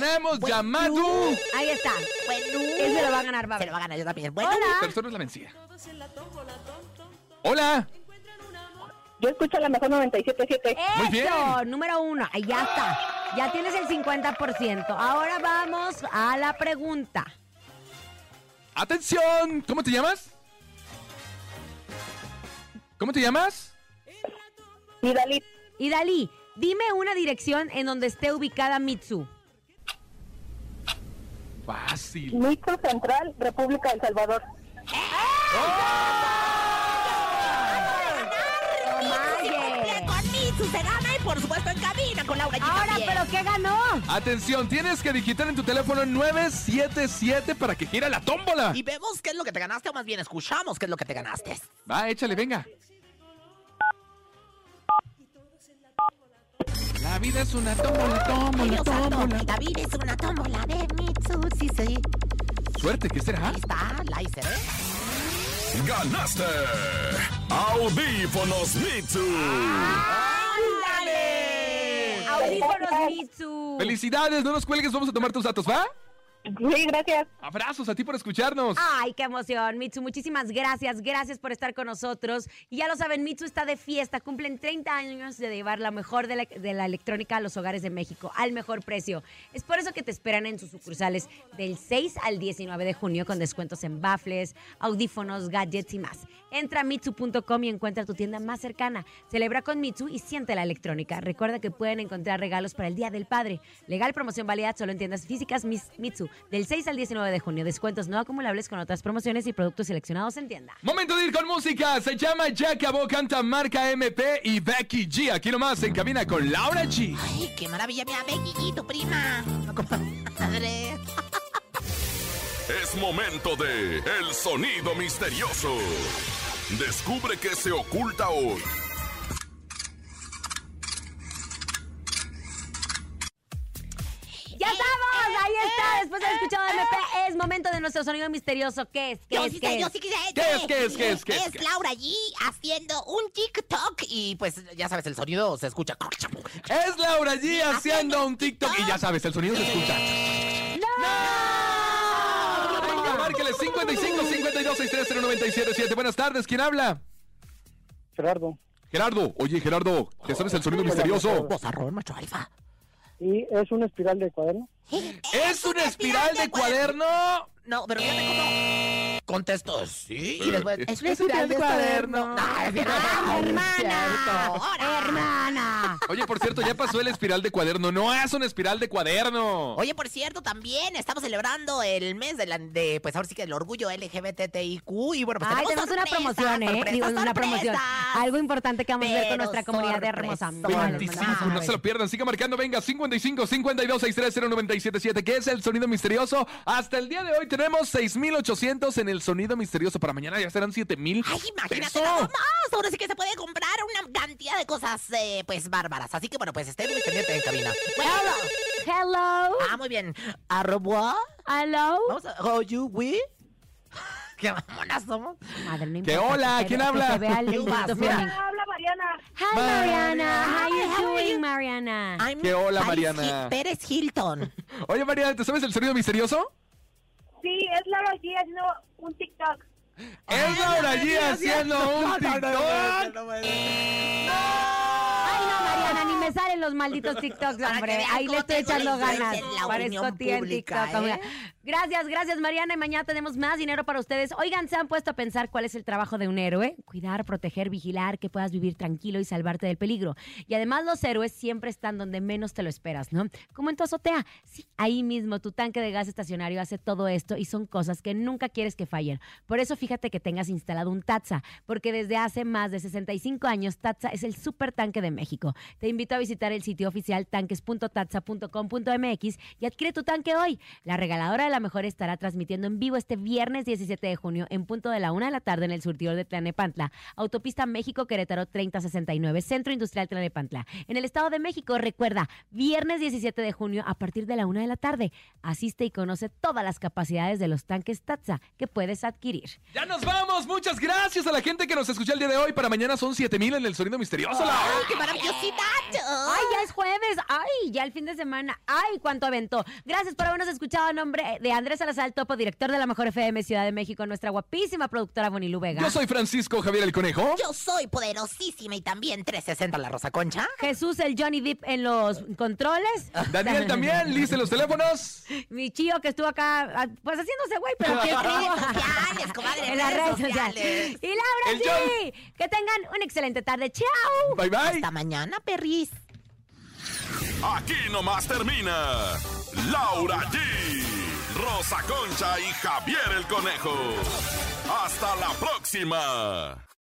E: ¡Tenemos llamado!
C: Ahí está. Él se lo va a ganar, va. Se lo
D: va a ganar yo también.
E: Persona es la vencida. Hola.
L: Yo escucho la mejor 97.7.
C: Eh.
E: Muy bien.
C: Eso, número uno. Ahí ya está. Ya tienes el 50%. Ahora vamos a la pregunta.
E: ¡Atención! ¿Cómo te llamas? ¿Cómo te llamas?
L: Y Dalí.
C: Y Dalí, dime una dirección en donde esté ubicada Mitsu.
E: Fácil.
L: Micro Central, República del Salvador.
D: Con Mitsu se gana y, por supuesto, en cabina con Laura G.
C: Ahora,
D: también.
C: ¿pero qué ganó?
E: Atención, tienes que digitar en tu teléfono 977 para que gira la tómbola.
D: Y vemos qué es lo que te ganaste, o más bien escuchamos qué es lo que te ganaste.
E: Va, échale, venga. La vida es una tómbola,
D: Ay,
E: tómbola,
D: Dios santo,
E: tómbola.
D: La vida es una tómbola de Mitsu, sí, sí.
E: Suerte, ¿qué será?
D: Está Laiser, ¿eh?
F: ¡Ganaste! Audífonos Mitsu.
C: ¡Ándale! Audífonos Mitsu.
E: Felicidades, no nos cuelgues, vamos a tomar tus datos, ¿va?
L: Sí, gracias.
E: Abrazos a ti por escucharnos.
C: Ay, qué emoción, Mitsu. Muchísimas gracias. Gracias por estar con nosotros. Y ya lo saben, Mitsu está de fiesta. Cumplen 30 años de llevar la mejor de la, de la electrónica a los hogares de México al mejor precio. Es por eso que te esperan en sus sucursales del 6 al 19 de junio con descuentos en bafles, audífonos, gadgets y más. Entra a mitsu.com y encuentra tu tienda más cercana. Celebra con Mitsu y siente la electrónica. Recuerda que pueden encontrar regalos para el Día del Padre. Legal promoción válida solo en tiendas físicas Mis- Mitsu del 6 al 19 de junio. Descuentos no acumulables con otras promociones y productos seleccionados en tienda.
E: Momento de ir con música. Se llama Jack Abo, canta marca MP y Becky G. Aquí nomás en cabina con Laura G.
D: Ay, qué maravilla, mira, Becky y tu prima. No, compadre.
F: Es momento de El Sonido Misterioso. Descubre qué se oculta hoy.
C: ¡Ya estamos! ¡Ahí está! Después de haber escuchado MP, es momento de nuestro sonido misterioso. ¿Qué es? ¿Qué
D: Yo
C: es?
D: sí
C: ¿Qué
D: sé,
C: es?
D: yo sí que sé.
E: ¿Qué es, qué es, qué es, qué es,
D: es?
E: qué es?
D: Laura G haciendo un TikTok y pues ya sabes, el sonido se escucha.
E: Es Laura G haciendo un TikTok. Y ya sabes, el sonido se escucha. ¡No! Venga, márquele 55 52 630 977. Buenas tardes, ¿quién habla?
N: Gerardo.
E: Gerardo, oye Gerardo, ¿te sabes el sonido
N: Hola,
E: misterioso?
D: Vozarrón, macho alfa.
N: ¿Y es una espiral de cuaderno?
E: ¿Es una espiral de cuaderno?
D: No, pero fíjate cómo. Contesto, Pues sí. Y después.
E: Eh,
D: Es una espiral de cuaderno. Ah, es cierto.
C: ¡Hermana!
E: Oye, por cierto, ya pasó el espiral de cuaderno. No es una espiral de cuaderno.
D: Oye, por cierto, también estamos celebrando el mes de, la- de, pues ahora sí que el orgullo LGBTIQ. Y bueno, pues
C: Ay, tenemos una
D: sorpresas,
C: promoción, ¿eh?
D: sorpresas,
C: Digo, una promoción. Algo importante que vamos a hacer con
D: Pero
C: nuestra comunidad de hermosa. Les
E: 25,
C: mandamos
E: no se lo pierdan. Siga marcando, venga, 55 52 630 977, que es el sonido misterioso. Hasta el día de hoy tenemos 6800 en el sonido misterioso. Para mañana ya serán 7000.
D: Ay, imagínate nada más. Ahora sí que se puede comprar una cantidad de cosas, eh, pues, bárbaras. Así que, bueno, pues, estén muy pendientes en cabina. Bueno,
C: Hello.
D: Ah, muy bien. Arroba.
C: Hello.
D: Vamos a... How you we? Qué mamonas somos.
C: Madre, no
E: Que hola,
C: que se
E: ¿quién
C: vea-
E: habla?
C: que se vea el
E: ¿Qué
C: lindo
E: vas,
C: feeling.
E: mira?
L: Habla Mariana.
C: Hi, Mariana. How you doing, Mariana?
D: I'm
E: Que hola,
D: Paris
E: Mariana.
D: Hi- Pérez Hilton.
E: Oye, Mariana, ¿te sabes el sonido misterioso?
L: Sí, es Laura G haciendo un TikTok.
E: Es Laura allí haciendo un TikTok.
C: Ay, no, Mariana, ni me sale en los malditos TikToks,
D: Para que
C: hombre.
D: vean
C: Ahí le
D: cómo
C: estoy
D: tengo la
C: echando
D: influencia
C: ganas.
D: en la
C: Parezco
D: opinión
C: tía en
D: pública,
C: TikTok. amiga.
D: ¿eh?
C: Gracias, gracias, Mariana. Y mañana tenemos más dinero para ustedes. Oigan, se han puesto a pensar cuál es el trabajo de un héroe. Cuidar, proteger, vigilar, que puedas vivir tranquilo y salvarte del peligro. Y además los héroes siempre están donde menos te lo esperas, ¿no? Como en tu azotea. Sí, ahí mismo tu tanque de gas estacionario hace todo esto y son cosas que nunca quieres que fallen. Por eso fíjate que tengas instalado un TATSA, porque desde hace más de 65 años TATSA es el super tanque de México. Te invito a visitar el sitio oficial tanques.tatsa.com.mx y adquiere tu tanque hoy. La regaladora de la mejor estará transmitiendo en vivo este viernes 17 de junio en punto de la una de la tarde en el surtidor de Tlanepantla, Autopista México Querétaro 3069, Centro Industrial Tlanepantla. En el Estado de México, recuerda, viernes 17 de junio a partir de la una de la tarde. Asiste y conoce todas las capacidades de los tanques TATSA que puedes adquirir.
E: Ya nos vamos. Muchas gracias a la gente que nos escuchó el día de hoy. Para mañana son 7000 en el sonido misterioso. Lau.
D: ¡Ay, qué maravillosidad!
E: ¡Ah!
C: ¡Ay, ya es jueves! ¡Ay, ya el fin de semana! ¡Ay, cuánto aventó! Gracias por habernos escuchado en nombre de Andrés Salazar Topo, director de la Mejor FM Ciudad de México, nuestra guapísima productora Bonilu Vega.
E: Yo soy Francisco Javier el Conejo.
D: Yo soy poderosísima y también 360 la Rosa Concha.
C: Jesús el Johnny Depp en los controles.
E: Ah, Daniel también, Liz en los teléfonos.
C: Mi chío que estuvo acá, ah, pues haciéndose güey, pero aquí estuvo.
D: sociales, comadre,
C: Ah. En las redes sociales. Y Laura
D: El
C: G. Que tengan una excelente tarde. ¡Chao!
E: Bye, bye.
D: Hasta mañana, perris.
F: Aquí nomás termina Laura G, Rosa Concha y Javier el Conejo. Hasta la próxima.